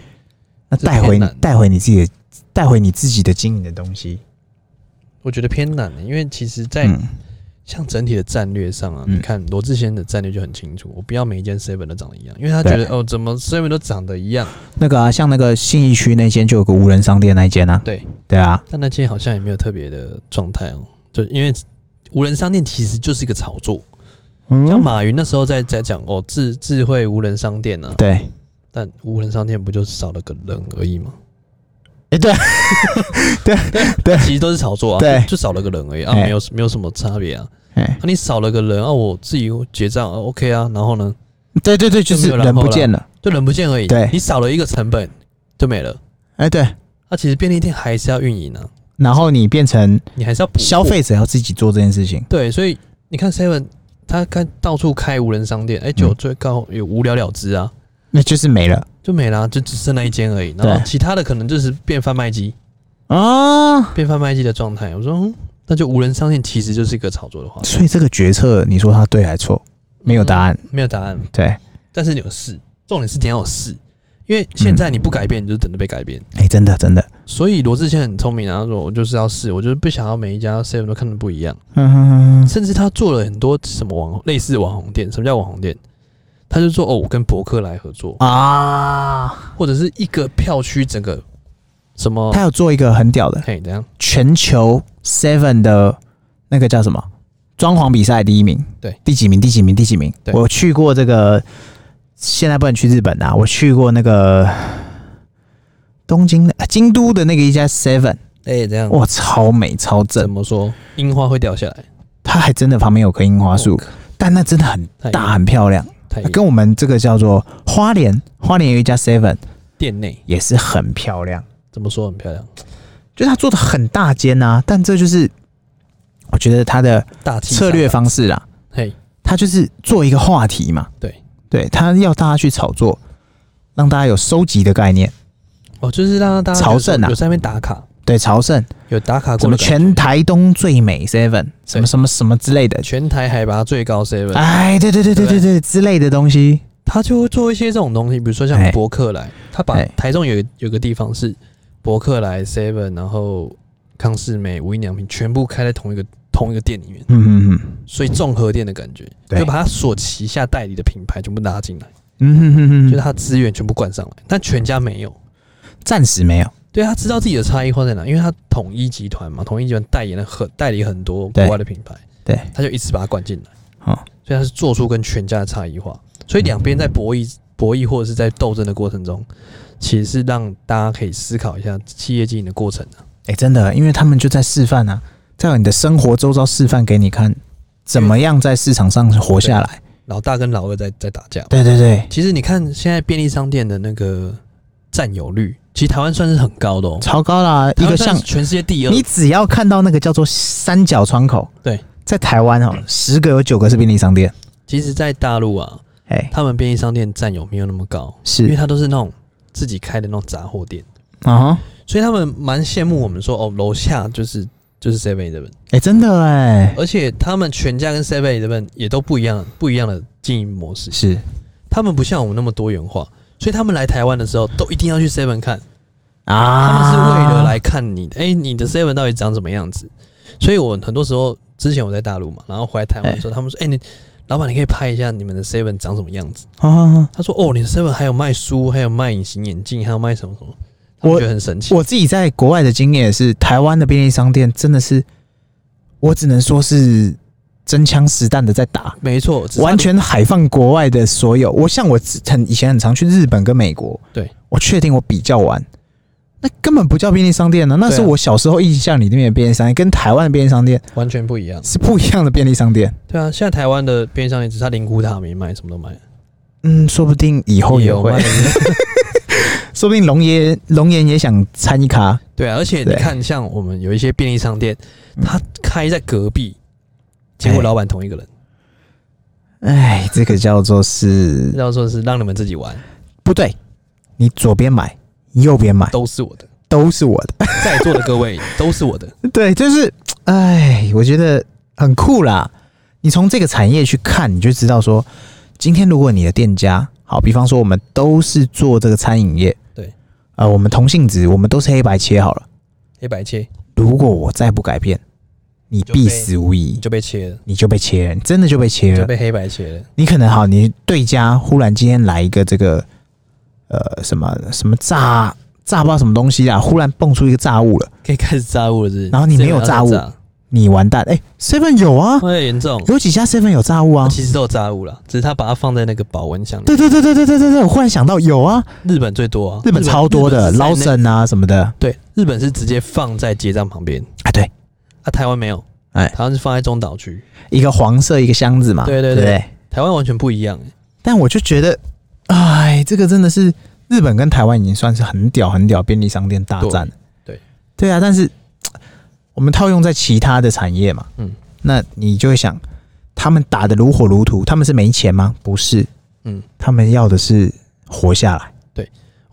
Speaker 1: 那
Speaker 2: 这
Speaker 1: 带
Speaker 2: 偏
Speaker 1: 回你
Speaker 2: 难
Speaker 1: 带回你自己的带回你自己的经营的东西，
Speaker 2: 我觉得偏难欸的，因为其实，在
Speaker 1: 嗯，
Speaker 2: 像整体的战略上啊，
Speaker 1: 嗯
Speaker 2: 你看罗志贤的战略就很清楚，我不要每一件 seven 都长得一样，因为他觉得哦，怎么 seven 都长得一样，
Speaker 1: 那个啊，像那个信义区那间就有个无人商店那一间啊，
Speaker 2: 对，
Speaker 1: 对啊，
Speaker 2: 但那间好像也没有特别的状态哦，就因为无人商店其实就是一个炒作，像
Speaker 1: 嗯，
Speaker 2: 马云那时候在在讲哦智智慧无人商店啊，
Speaker 1: 对，
Speaker 2: 但无人商店不就是少了个人而已吗？
Speaker 1: 哎 对对对
Speaker 2: 其实都是炒作啊，
Speaker 1: 对
Speaker 2: 就就少了个人而已啊，
Speaker 1: 哎
Speaker 2: 没有没有什么差别啊。
Speaker 1: 哎
Speaker 2: 啊，，你少了个人啊，我自己结账啊，OK 啊，然后呢，
Speaker 1: 对对对，就
Speaker 2: 就是没有然
Speaker 1: 人
Speaker 2: 后
Speaker 1: 不
Speaker 2: 了
Speaker 1: 见了，
Speaker 2: 就人不见而已。
Speaker 1: 对
Speaker 2: 你少了一个成本就没了。
Speaker 1: 哎对。
Speaker 2: 啊，其实便利店还是要运营啊，
Speaker 1: 然后你变成
Speaker 2: 你还是要补货啊
Speaker 1: 消。费者要自己做这件事情。
Speaker 2: 对，所以你看 Seven，他看到处开无人商店，哎、就
Speaker 1: 嗯
Speaker 2: 最高也无聊了之啊，
Speaker 1: 那就是没了
Speaker 2: 就没啦、就只剩那一间而已。然后
Speaker 1: 对
Speaker 2: 其他的可能就是变贩卖机，
Speaker 1: 啊。
Speaker 2: 变贩卖机的状态。我说，嗯，那就无人商店其实就是一个炒作的话，
Speaker 1: 所以这个决策，你说它对还错？没有答案。
Speaker 2: 没有答案，
Speaker 1: 对，
Speaker 2: 但是你有试，重点是你要有试。因为现在你不改变，你就等着被改变。
Speaker 1: 哎、真的真的，
Speaker 2: 所以罗志谦很聪明啊，他说我就是要试，我就是不想要每一家 seven 都看的不一样，
Speaker 1: 嗯，
Speaker 2: 甚至他做了很多什么网类似网红店，什么叫网红店？他就说哦，我跟博客来合作，
Speaker 1: 啊，
Speaker 2: 或者是一个票区整个什么
Speaker 1: 他，有做一个很屌的
Speaker 2: 嘿，怎样？
Speaker 1: 全球 Seven 的那个叫什么装潢比赛第一名，
Speaker 2: 对，
Speaker 1: 第几名？第几名？第几名？
Speaker 2: 对
Speaker 1: 我去过这个，现在不能去日本啊，我去过那个东京、啊京都的那个一家 Seven，
Speaker 2: 哎、怎样？
Speaker 1: 哇，超美超正
Speaker 2: 怎。么说？樱花会掉下来，
Speaker 1: 它还真的旁边有棵樱花树，
Speaker 2: 哦
Speaker 1: 但那真的很
Speaker 2: 太
Speaker 1: 大很漂亮。
Speaker 2: 太
Speaker 1: 那跟我们这个叫做花莲，花莲有一家 Seven
Speaker 2: 店内
Speaker 1: 也是很漂亮，
Speaker 2: 怎么说很漂亮，
Speaker 1: 就是它做的很大间呐、但这就是我觉得它的
Speaker 2: 大气
Speaker 1: 策略方式啦，
Speaker 2: 嘿，
Speaker 1: 它就是做一个话题嘛，
Speaker 2: 对，
Speaker 1: 对，它要大家去炒作，让大家有收集的概念，
Speaker 2: 哦，就是让大家
Speaker 1: 朝圣啊
Speaker 2: 有在那边打卡，
Speaker 1: 对，朝圣
Speaker 2: 有打卡过
Speaker 1: 什么
Speaker 2: 的感觉
Speaker 1: 全台东最美 Seven，什么什么什么之类的，
Speaker 2: 全台海拔最高 seven，、
Speaker 1: 哎，对对对对对对之类的东西，
Speaker 2: 他就会做一些这种东西，比如说像
Speaker 1: 哎
Speaker 2: 博客来，他把
Speaker 1: 哎
Speaker 2: 台中有一有个地方是博客来 Seven，然后康士美、无印良品全部开在同一个同一个店里面，
Speaker 1: 嗯嗯嗯
Speaker 2: 所以综合店的感觉，
Speaker 1: 对
Speaker 2: 就把他所旗下代理的品牌全部拉进来，
Speaker 1: 嗯哼哼哼
Speaker 2: 就是
Speaker 1: 哼，
Speaker 2: 他资源全部灌上来，但全家没有。
Speaker 1: 暂时没有。
Speaker 2: 对他知道自己的差异化在哪，因为他统一集团嘛，统一集团代言了很代理很多国外的品牌，
Speaker 1: 对
Speaker 2: 他就一次把它灌进来，
Speaker 1: 哦
Speaker 2: 所以他是做出跟全家的差异化，所以两边在博弈、博弈或者是在斗争的过程中，其实是让大家可以思考一下企业经营的过程啊，
Speaker 1: 哎、真的，因为他们就在示范啊，在你的生活周遭示范给你看，怎么样在市场上活下来。
Speaker 2: 老大跟老二在在打架。
Speaker 1: 对对对，
Speaker 2: 其实你看现在便利商店的那个占有率，其实台湾算是很高的哦，
Speaker 1: 超高啦，一
Speaker 2: 台
Speaker 1: 个
Speaker 2: 湾算
Speaker 1: 像
Speaker 2: 是全世界第二，
Speaker 1: 你只要看到那个叫做三角窗口，
Speaker 2: 对，
Speaker 1: 在台湾哦，十个有九个是便利商店。
Speaker 2: 其实，在大陆啊，
Speaker 1: 哎、
Speaker 2: 他们便利商店占有没有那么高。因为
Speaker 1: 是
Speaker 2: 它都是那种自己开的那种杂货店，
Speaker 1: 啊哈，
Speaker 2: 所以他们蛮羡慕我们说哦，楼下就是就是 Seven Eleven，
Speaker 1: 哎、真的哎、
Speaker 2: 而且他们全家跟 Seven Eleven 也都不一样，不一样的经营模式，
Speaker 1: 是
Speaker 2: 他们不像我们那么多元化，所以他们来台湾的时候都一定要去 Seven 看，他
Speaker 1: 啊，
Speaker 2: 们是为了来看你的，哎、你的 Seven 到底长什么样子？所以我很多时候之前我在大陆嘛，然后回来台湾的时候，他们说，哎、你。老板，你可以拍一下你们的 Seven 长什么样子？
Speaker 1: 啊啊，啊
Speaker 2: 他说哦，你的 Seven 还有卖书，还有卖隐形眼镜，还有卖什么什么，
Speaker 1: 我
Speaker 2: 我觉得很神奇。
Speaker 1: 我自己在国外的经验也是，台湾的便利商店真的是，我只能说是真枪实弹的在打，
Speaker 2: 没错，只是
Speaker 1: 完全海放国外的所有。我像我之很以前很常去日本跟美国，
Speaker 2: 对
Speaker 1: 我确定我比较完，那根本不叫便利商店呢、那
Speaker 2: 对啊
Speaker 1: 是我小时候印象里面的便利商店，跟台湾的便利商店
Speaker 2: 完全不一样。
Speaker 1: 是不一样的便利商店。
Speaker 2: 对啊，现在台湾的便利商店只是他灵骨塔没卖，什么都卖，
Speaker 1: 嗯，说不定以后也
Speaker 2: 有
Speaker 1: 会
Speaker 2: 卖，。
Speaker 1: 说不定龙爷龙岩也想参一咖。
Speaker 2: 对啊，而且你
Speaker 1: 对
Speaker 2: 看，像我们有一些便利商店，
Speaker 1: 嗯
Speaker 2: 他开在隔壁，结果
Speaker 1: 哎
Speaker 2: 老板同一个人，
Speaker 1: 哎，这个叫做是
Speaker 2: 要说是让你们自己玩，
Speaker 1: 不对，你左边买，右边买
Speaker 2: 都是我的，
Speaker 1: 都是我的。
Speaker 2: 在座的各位都是 我的，
Speaker 1: 对，就是哎，我觉得很酷啦。你从这个产业去看，你就知道说，今天如果你的店家，好，比方说我们都是做这个餐饮业，
Speaker 2: 对，
Speaker 1: 呃，我们同性质，我们都是黑白切好了。
Speaker 2: 黑白切
Speaker 1: 如果我再不改变，你
Speaker 2: 就被
Speaker 1: 必死无疑
Speaker 2: 你，就被切了，
Speaker 1: 你就被切了，你真的就被切
Speaker 2: 你
Speaker 1: 了
Speaker 2: 就。被黑白切了，
Speaker 1: 你可能好，你对家忽然今天来一个这个呃什么什么炸炸不知道什么东西啊，忽然蹦出一个炸物了，
Speaker 2: 可以开始炸物了是不是
Speaker 1: 然后你没有炸物
Speaker 2: 这个要炸
Speaker 1: 你完蛋！哎、s e v e n 有啊，
Speaker 2: 会严重。
Speaker 1: 有几家 seven 有炸物啊？
Speaker 2: 其哦实都有炸物了，只是他把它放在那个保温箱里。
Speaker 1: 对对对对对对对对，我忽然想到有啊，
Speaker 2: 日本最多啊，
Speaker 1: 日本超多的
Speaker 2: 哦日本
Speaker 1: 捞
Speaker 2: 是在那
Speaker 1: 神啊什么的
Speaker 2: 对，日本是直接放在结账旁边，
Speaker 1: 啊，对，
Speaker 2: 啊，台湾没有，
Speaker 1: 哎
Speaker 2: 台湾是放在中岛区，
Speaker 1: 一个黄色一个箱子嘛，
Speaker 2: 对
Speaker 1: 对不
Speaker 2: 对对
Speaker 1: 对。
Speaker 2: 台湾完全不一样、欸。
Speaker 1: 但我就觉得，哎，这个真的是日本跟台湾已经算是很屌很屌便利商店大战了。
Speaker 2: 对对
Speaker 1: 对啊，但是我们套用在其他的产业嘛，
Speaker 2: 嗯，
Speaker 1: 那你就会想，他们打的如火如荼，他们是没钱吗？不是，
Speaker 2: 嗯，
Speaker 1: 他们要的是活下来。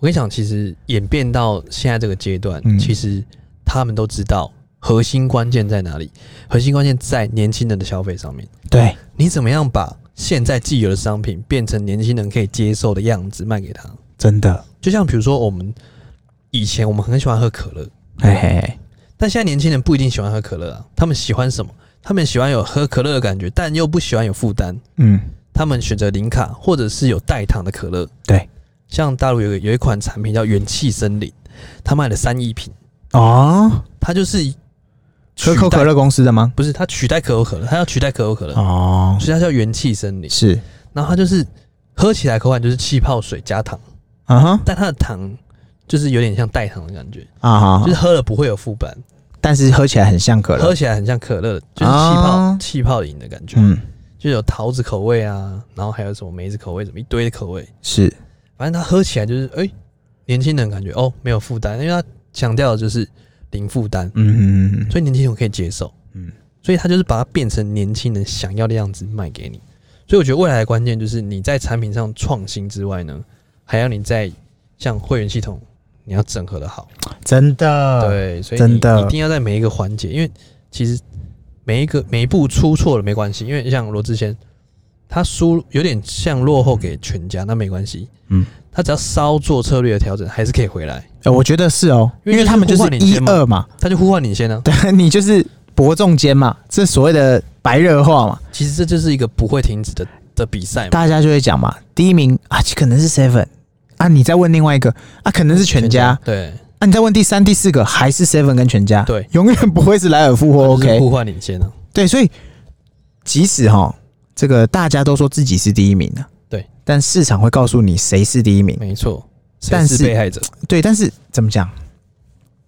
Speaker 2: 我跟你讲，其实演变到现在这个阶段，
Speaker 1: 嗯
Speaker 2: 其实他们都知道核心关键在哪里，核心关键在年轻人的消费上面。
Speaker 1: 对，
Speaker 2: 你怎么样把现在既有的商品变成年轻人可以接受的样子卖给他？
Speaker 1: 真的，
Speaker 2: 就像比如说我们以前我们很喜欢喝可乐，
Speaker 1: 嘿嘿嘿，
Speaker 2: 但现在年轻人不一定喜欢喝可乐啊，他们喜欢什么？他们喜欢有喝可乐的感觉，但又不喜欢有负担。
Speaker 1: 嗯，
Speaker 2: 他们选择零卡或者是有代糖的可乐。
Speaker 1: 对，
Speaker 2: 像大陆有个有一款产品叫元气森林，他卖了三亿瓶，
Speaker 1: 哦，
Speaker 2: 它就是
Speaker 1: 可口可
Speaker 2: 乐，
Speaker 1: 乐公司的吗？
Speaker 2: 不是它取代可口可乐，它要取代可口可乐，
Speaker 1: 哦，
Speaker 2: 所以它叫元气森林。
Speaker 1: 是，
Speaker 2: 然后它就是喝起来口感就是气泡水加糖，
Speaker 1: 啊哈，
Speaker 2: 但它的糖就是有点像代糖的感觉，
Speaker 1: 啊哈，
Speaker 2: 就是喝了不会有负担，
Speaker 1: 但是喝起来很像可乐
Speaker 2: 喝。起来很像可乐，就是气泡
Speaker 1: 啊
Speaker 2: 气泡饮的感觉。
Speaker 1: 嗯，
Speaker 2: 就有桃子口味啊，然后还有什么梅子口味，什么一堆的口味，
Speaker 1: 是，
Speaker 2: 反正它喝起来就是哎、年轻人感觉哦没有负担，因为它强调的就是零负担，
Speaker 1: 嗯嗯嗯嗯，
Speaker 2: 所以年轻人可以接受，嗯
Speaker 1: 嗯，
Speaker 2: 所以它就是把它变成年轻人想要的样子卖给你。所以我觉得未来的关键就是你在产品上创新之外呢，还要你在像会员系统你要整合的好，
Speaker 1: 真的，
Speaker 2: 对，所
Speaker 1: 嗯
Speaker 2: 以
Speaker 1: 真
Speaker 2: 你
Speaker 1: 的
Speaker 2: 一定要在每一个环节，因为其实每一个每一步出错了没关系，因为像罗志贤，他输有点像落后给全家，那没关系，
Speaker 1: 嗯，
Speaker 2: 他只要稍做策略的调整，还是可以回来，
Speaker 1: 呃，我觉得是哦，
Speaker 2: 因
Speaker 1: 因
Speaker 2: 为
Speaker 1: 为他们就
Speaker 2: 就是是互换领
Speaker 1: 一
Speaker 2: 先嘛
Speaker 1: 二嘛，
Speaker 2: 他就呼唤你先啊。
Speaker 1: 对 你就是伯仲间嘛，这所谓的白热化嘛，
Speaker 2: 其实这就是一个不会停止的的比赛嘛，
Speaker 1: 大家就会讲嘛，第一名啊可能是 seven 啊，你再问另外一个啊可能是全家
Speaker 2: 对，
Speaker 1: 啊，你再问第三、第四个还是 seven 跟全家，
Speaker 2: 对，
Speaker 1: 永远不会是莱尔富或
Speaker 2: 就是
Speaker 1: OK，
Speaker 2: 呼唤领先啊，
Speaker 1: 对，所以即使哈这个大家都说自己是第一名呢、
Speaker 2: 对，
Speaker 1: 但市场会告诉你谁是第一名，
Speaker 2: 没错，谁
Speaker 1: 但
Speaker 2: 是
Speaker 1: 是
Speaker 2: 被害者？
Speaker 1: 对，但是怎么讲，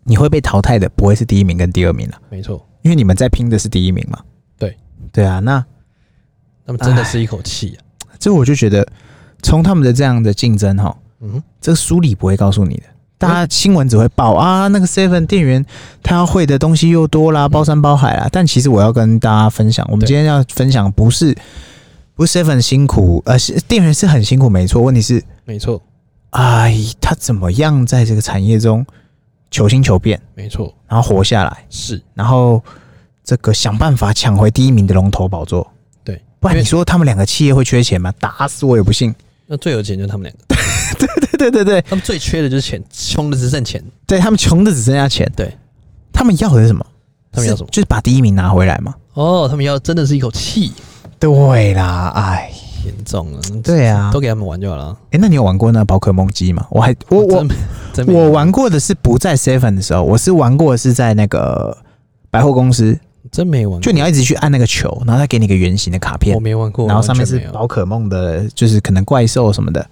Speaker 1: 你会被淘汰的不会是第一名跟第二名了、
Speaker 2: 没错，
Speaker 1: 因为你们在拼的是第一名嘛，
Speaker 2: 对，
Speaker 1: 对啊，那。
Speaker 2: 他们真的是一口气啊，
Speaker 1: 这我就觉得，从他们的这样的竞争哈，
Speaker 2: 嗯哼，
Speaker 1: 这个书里不会告诉你的，大家新闻只会报啊，那个 seven 店员他要会的东西又多啦，包山包海啦。但其实我要跟大家分享，我们
Speaker 2: 嗯对
Speaker 1: 今天要分享不是不是 seven 辛苦，呃，是店员是很辛苦没错，问题是，
Speaker 2: 没错，
Speaker 1: 哎，他怎么样在这个产业中求新求变，
Speaker 2: 没错，
Speaker 1: 然后活下来，
Speaker 2: 是
Speaker 1: 然后这个想办法抢回第一名的龙头宝座。
Speaker 2: 对，
Speaker 1: 不然
Speaker 2: 因
Speaker 1: 你
Speaker 2: 为
Speaker 1: 说他们两个企业会缺钱吗？打死我也不信。
Speaker 2: 那最有钱就是他们两个，
Speaker 1: 对对对对，
Speaker 2: 他们最缺的就是钱，穷的只剩钱，
Speaker 1: 对他们穷的只剩下钱，
Speaker 2: 对
Speaker 1: 他们要的是什么？
Speaker 2: 他们要什么
Speaker 1: 是？就是把第一名拿回来嘛。
Speaker 2: 哦，他们要真的是一口气，
Speaker 1: 对啦，哎，
Speaker 2: 严重了。
Speaker 1: 对啊
Speaker 2: 都给他们玩就好了啊。
Speaker 1: 哎、那你有玩过那宝可梦机吗？我还我我
Speaker 2: 真没真没
Speaker 1: 我玩过的是不在 Seven 的时候，我是玩过的是在那个百货公司，
Speaker 2: 真没玩过，
Speaker 1: 就你要一直去按那个球，然后他给你一个圆形的卡片
Speaker 2: 我，没玩过，
Speaker 1: 然后上面
Speaker 2: 完全
Speaker 1: 是
Speaker 2: 没有
Speaker 1: 宝可梦的，就是可能怪兽什么的。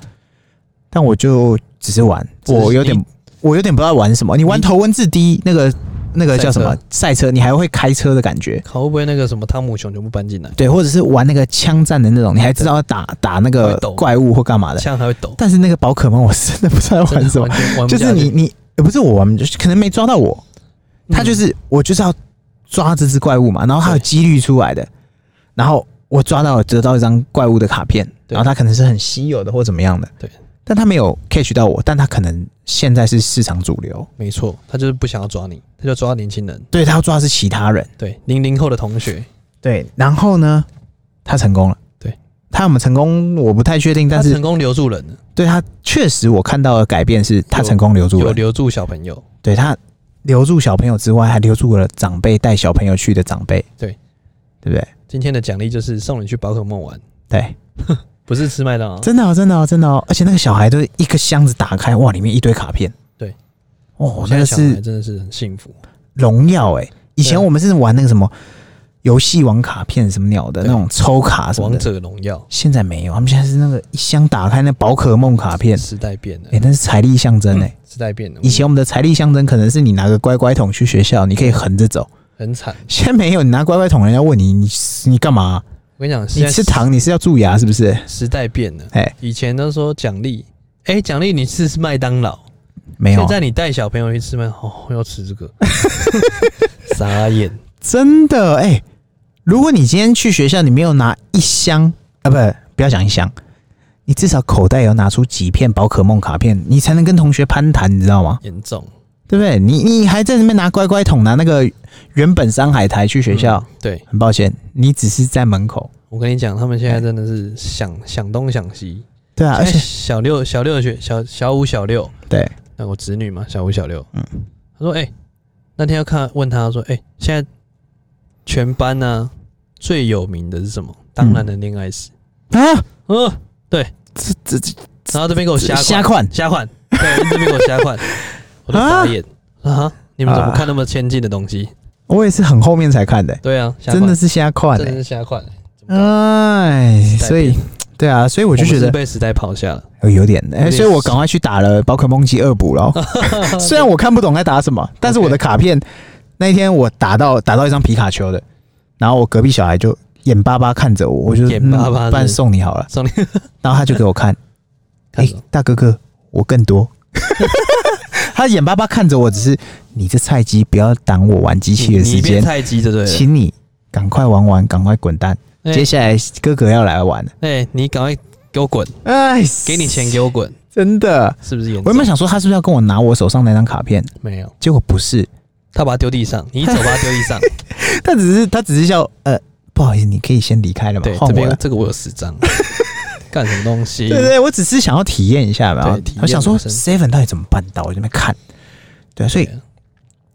Speaker 1: 但我就只是玩，
Speaker 2: 只是
Speaker 1: 我有点
Speaker 2: 你
Speaker 1: 我有点不知道玩什么。你玩
Speaker 2: 你
Speaker 1: 头文字 D 那个那个叫什么赛
Speaker 2: 赛
Speaker 1: 车，你还会开车的感觉。
Speaker 2: 好会不会那个什么汤姆熊全部搬进来，
Speaker 1: 对，或者是玩那个枪战的那种，你还知道要打打那个
Speaker 2: 会抖
Speaker 1: 怪物或干嘛的。
Speaker 2: 枪还会抖？
Speaker 1: 但是那个宝可梦，我真的不知道
Speaker 2: 真
Speaker 1: 玩什
Speaker 2: 的
Speaker 1: 么
Speaker 2: 完，全玩不
Speaker 1: 就
Speaker 2: 下
Speaker 1: 是
Speaker 2: 去
Speaker 1: 你，你呃不是我玩，就是可能没抓到我，他就
Speaker 2: 嗯
Speaker 1: 是、我就是要抓这只怪物嘛，然后它有
Speaker 2: 对
Speaker 1: 几率出来的，然后我抓到了得到一张怪物的卡片，
Speaker 2: 对
Speaker 1: 然后它可能是很稀有的或怎么样的，
Speaker 2: 对，
Speaker 1: 但它没有 catch 到我，但它可能现在是市场主流，
Speaker 2: 没错，他就是不想要抓你，他就抓年轻人，
Speaker 1: 对，它要抓的是其他人，
Speaker 2: 对零零后的同学，
Speaker 1: 对，然后呢，它成功了，
Speaker 2: 对，
Speaker 1: 它有没有成功我不太确定，但
Speaker 2: 他
Speaker 1: 是
Speaker 2: 成功留住人了，
Speaker 1: 对它确实我看到的改变是它
Speaker 2: 有
Speaker 1: 成功留住
Speaker 2: 有
Speaker 1: 了，
Speaker 2: 留住小朋友，
Speaker 1: 对它留住小朋友之外，还留住了长辈带小朋友去的长辈，
Speaker 2: 对，
Speaker 1: 对不对？
Speaker 2: 今天的奖励就是送你去宝可梦玩，
Speaker 1: 对。
Speaker 2: 不是吃麦当劳，
Speaker 1: 真的、哦，真的、哦，真的、哦，而且那个小孩都一个箱子打开，哇，里面一堆卡片。
Speaker 2: 对，
Speaker 1: 哦，
Speaker 2: 现
Speaker 1: 那
Speaker 2: 在
Speaker 1: 个
Speaker 2: 小孩
Speaker 1: 是
Speaker 2: 真的是很幸福，
Speaker 1: 荣耀哎、以
Speaker 2: 对
Speaker 1: 前
Speaker 2: 啊
Speaker 1: 我们是玩那个什么游戏王卡片什么鸟的
Speaker 2: 对
Speaker 1: 那种抽卡什么
Speaker 2: 王
Speaker 1: 的，
Speaker 2: 者荣耀
Speaker 1: 现在没有，他们现在是那个一箱打开那宝可梦卡片，
Speaker 2: 时代变了
Speaker 1: 哎、，那是财力象征哎、
Speaker 2: 时代变了，
Speaker 1: 以前我们的财力象征可能是你拿个乖乖桶去学校，你可以横着走。
Speaker 2: 很惨，
Speaker 1: 现在没有，你拿乖乖桶，人家问你你你干嘛、
Speaker 2: 我跟你讲，
Speaker 1: 你
Speaker 2: 现在
Speaker 1: 吃糖你是要蛀牙是不是？
Speaker 2: 时代变了，
Speaker 1: 哎
Speaker 2: 以前都说奖励，哎，奖励你吃麦当劳，
Speaker 1: 没有
Speaker 2: 现，在你带小朋友去吃麦，哦，要吃 这个，傻眼，
Speaker 1: 真的哎、欸如果你今天去学校，你没有拿一箱啊，不，不要讲一箱，你至少口袋有拿出几片宝可梦卡片，你才能跟同学攀谈，你知道吗？
Speaker 2: 严重，
Speaker 1: 对不对？你你还在那边拿乖乖桶，拿那个原本山海苔去学校，
Speaker 2: 嗯对。
Speaker 1: 很抱歉，你只是在门口。
Speaker 2: 我跟你讲，他们现在真的是想想东想西，
Speaker 1: 对啊，而
Speaker 2: 现
Speaker 1: 且
Speaker 2: 在小六小六的学小小五小六，
Speaker 1: 对
Speaker 2: 那我侄女嘛，小五小六，嗯，他说，哎、那天要看问他说，哎、现在全班呢、最有名的是什么？当然的恋爱史，
Speaker 1: 啊，
Speaker 2: 嗯、
Speaker 1: 这这这
Speaker 2: 然后这边给我瞎
Speaker 1: 啊瞎
Speaker 2: 款
Speaker 1: 款
Speaker 2: 瞎款，对，这边给我瞎 款，我都傻眼啊！你们怎么看那么先进的东西？
Speaker 1: 我也是很后面才看的、
Speaker 2: 对啊，瞎
Speaker 1: 真的
Speaker 2: 款
Speaker 1: 是瞎看
Speaker 2: 真的
Speaker 1: 哎、
Speaker 2: 是瞎款、
Speaker 1: 哎，
Speaker 2: 代
Speaker 1: 所以对啊，所以我就
Speaker 2: 们
Speaker 1: 觉
Speaker 2: 是
Speaker 1: 得
Speaker 2: 被时代抛下了，
Speaker 1: 呃有点，哎、
Speaker 2: 有点
Speaker 1: 所以我赶快去打 了宝可梦机二补喽。虽然我看不懂在打什么，但是我的卡片那一天我打到打到一张皮卡丘的，然后我隔壁小孩就眼巴巴看着我，我就
Speaker 2: 眼巴巴
Speaker 1: 嗯
Speaker 2: 是
Speaker 1: 不然送你好了，
Speaker 2: 送你
Speaker 1: 然后他就给我看，哎、
Speaker 2: 看什么
Speaker 1: 大哥哥，我更 多。他眼巴巴看着我，只是你这菜鸡不要挡我玩机器
Speaker 2: 你
Speaker 1: 的
Speaker 2: 你
Speaker 1: 时
Speaker 2: 变
Speaker 1: 间，
Speaker 2: 菜鸡的对了。
Speaker 1: 请你赶快玩完，赶快滚蛋。
Speaker 2: 哎
Speaker 1: 接下来哥哥要来玩了，
Speaker 2: 哎、你赶快给我滚！
Speaker 1: 哎，
Speaker 2: 给你钱，给我滚！
Speaker 1: 真的。
Speaker 2: 是不是严重？
Speaker 1: 我原本想说他是不是要跟我拿我手上那张卡片，
Speaker 2: 没有，
Speaker 1: 结果不是，
Speaker 2: 他把它丢地上，你一手把它丢地 上。
Speaker 1: 他只是他只是叫呃，不好意思，你可以先离开了嘛
Speaker 2: 对，，
Speaker 1: 换
Speaker 2: 这
Speaker 1: 我了
Speaker 2: 边。这个我有 十张，干什么东西
Speaker 1: 对？对对，我只是想要体验一下嘛
Speaker 2: 对体，验
Speaker 1: 我想说
Speaker 2: 人生
Speaker 1: Seven 到底怎么办到，我这边看。对啊，所以
Speaker 2: 对啊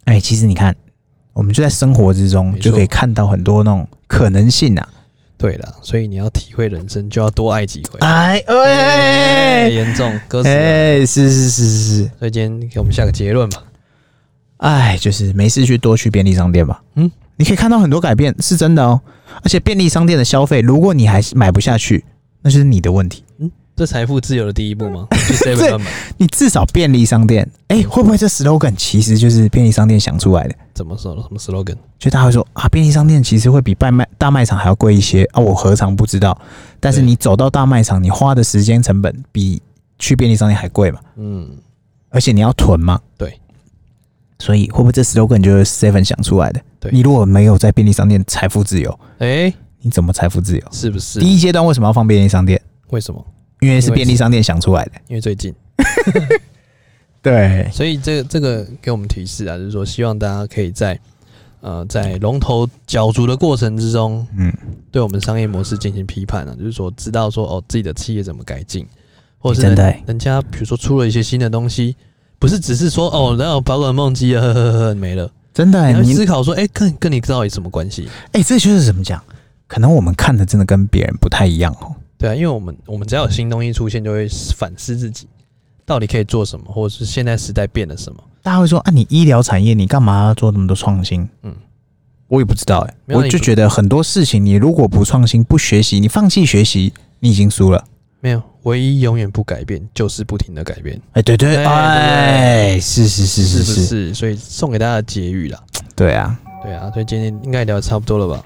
Speaker 1: 哎、其实你看，我们就在生活之中
Speaker 2: 没错
Speaker 1: 就可以看到很多那种可能性啊。
Speaker 2: 对了，所以你要体会人生，就要多爱几回。
Speaker 1: 哎
Speaker 2: 哎，
Speaker 1: 哎
Speaker 2: 严重，哥死了。
Speaker 1: 哎，是是是是是，
Speaker 2: 所以今天给我们下个结论吧。
Speaker 1: 哎，就是没事去多去便利商店吧。
Speaker 2: 嗯
Speaker 1: 嗯，你可以看到很多改变，是真的哦。而且便利商店的消费，如果你还是买不下去，那就是你的问题。
Speaker 2: 这财富自由的第一步 吗？去 seven 专门
Speaker 1: 你至少便利商店，哎、会不会这 slogan 其实就是便利商店想出来的？
Speaker 2: 怎么说？什么 slogan？
Speaker 1: 就大家会说啊，便利商店其实会比大卖大卖场还要贵一些啊，我何尝不知道？但是
Speaker 2: 对
Speaker 1: 你走到大卖场，你花的时间成本比去便利商店还贵嘛，
Speaker 2: 嗯，
Speaker 1: 而且你要囤嘛，
Speaker 2: 对，
Speaker 1: 所以会不会这 slogan 就是 Seven 想出来的？
Speaker 2: 对
Speaker 1: 你如果没有在便利商店财富自由，
Speaker 2: 哎，
Speaker 1: 你怎么财富自由？
Speaker 2: 是不是？
Speaker 1: 第一阶段为什么要放便利商店？
Speaker 2: 为什么？
Speaker 1: 因为是
Speaker 2: 因为
Speaker 1: 便利商店想出来的。
Speaker 2: 因为最近，
Speaker 1: 对，
Speaker 2: 所以这个这个给我们提示啊，就是说希望大家可以在呃在龙头角逐的过程之中，
Speaker 1: 嗯，
Speaker 2: 对我们商业模式进行批判啊，就是说知道说哦自己的企业怎么改进，或者是
Speaker 1: 真的
Speaker 2: 人
Speaker 1: 欸
Speaker 2: 人家比如说出了一些新的东西，不是只是说哦然后宝可梦机啊呵呵呵没了，
Speaker 1: 真的、
Speaker 2: 你
Speaker 1: 欸，
Speaker 2: 要
Speaker 1: 你
Speaker 2: 思考说哎、跟跟你到底什么关系？
Speaker 1: 哎、这就是怎么讲？可能我们看的真的跟别人不太一样哦。
Speaker 2: 对啊，因为我们我们只要有新东西出现，就会反思自己到底可以做什么，或者是现在时代变了什么。
Speaker 1: 大家会说啊，你医疗产业你干嘛要做那么多创新？
Speaker 2: 嗯
Speaker 1: 嗯，我也不知道哎、
Speaker 2: 没有
Speaker 1: 我
Speaker 2: 你
Speaker 1: 就
Speaker 2: 不
Speaker 1: 觉得很多事情你如果不创新、不学习，你放弃学习，你已经输了。
Speaker 2: 没有，唯一永远不改变就是不停的改变，
Speaker 1: 哎、对对
Speaker 2: 对
Speaker 1: 哎，是是是是
Speaker 2: 不
Speaker 1: 是，
Speaker 2: 是？所以送给大家的结语啦。
Speaker 1: 对啊。
Speaker 2: 对啊，所以今天应该聊得差不多了吧？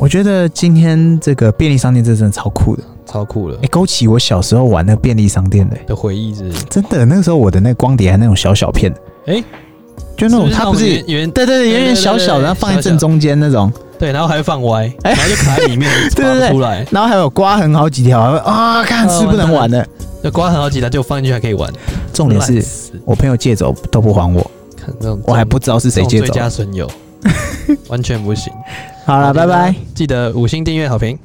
Speaker 1: 我觉得今天这个便利商店这真的超酷的，
Speaker 2: 超酷了
Speaker 1: 哎、，勾起我小时候玩那个便利商店的、哎
Speaker 2: 的回忆是不是？
Speaker 1: 真的，那个时候我的那个光碟还那种小小片的，
Speaker 2: 哎
Speaker 1: 就那种它不
Speaker 2: 是
Speaker 1: 是
Speaker 2: 像我们原原
Speaker 1: 对对对，
Speaker 2: 对
Speaker 1: 圆圆小小
Speaker 2: 对对
Speaker 1: 的，
Speaker 2: 对
Speaker 1: 然后放在
Speaker 2: 小小
Speaker 1: 正中间那种，
Speaker 2: 对，然后还会放歪，然后就卡在里面
Speaker 1: 哎 对
Speaker 2: 拔
Speaker 1: 对对
Speaker 2: 不出来。
Speaker 1: 然后还有刮痕好几条，还会啊，看
Speaker 2: 哦
Speaker 1: 是不能玩的。
Speaker 2: 那刮很好几它就放进去还可以玩。
Speaker 1: 重点
Speaker 2: 烂
Speaker 1: 是
Speaker 2: 死
Speaker 1: 我朋友借走都不还我，
Speaker 2: 看这种，
Speaker 1: 我还不知道是谁借
Speaker 2: 这种最
Speaker 1: 走。
Speaker 2: 佳损友，完全不行。
Speaker 1: 好了，拜拜。
Speaker 2: 记得五星订阅好评。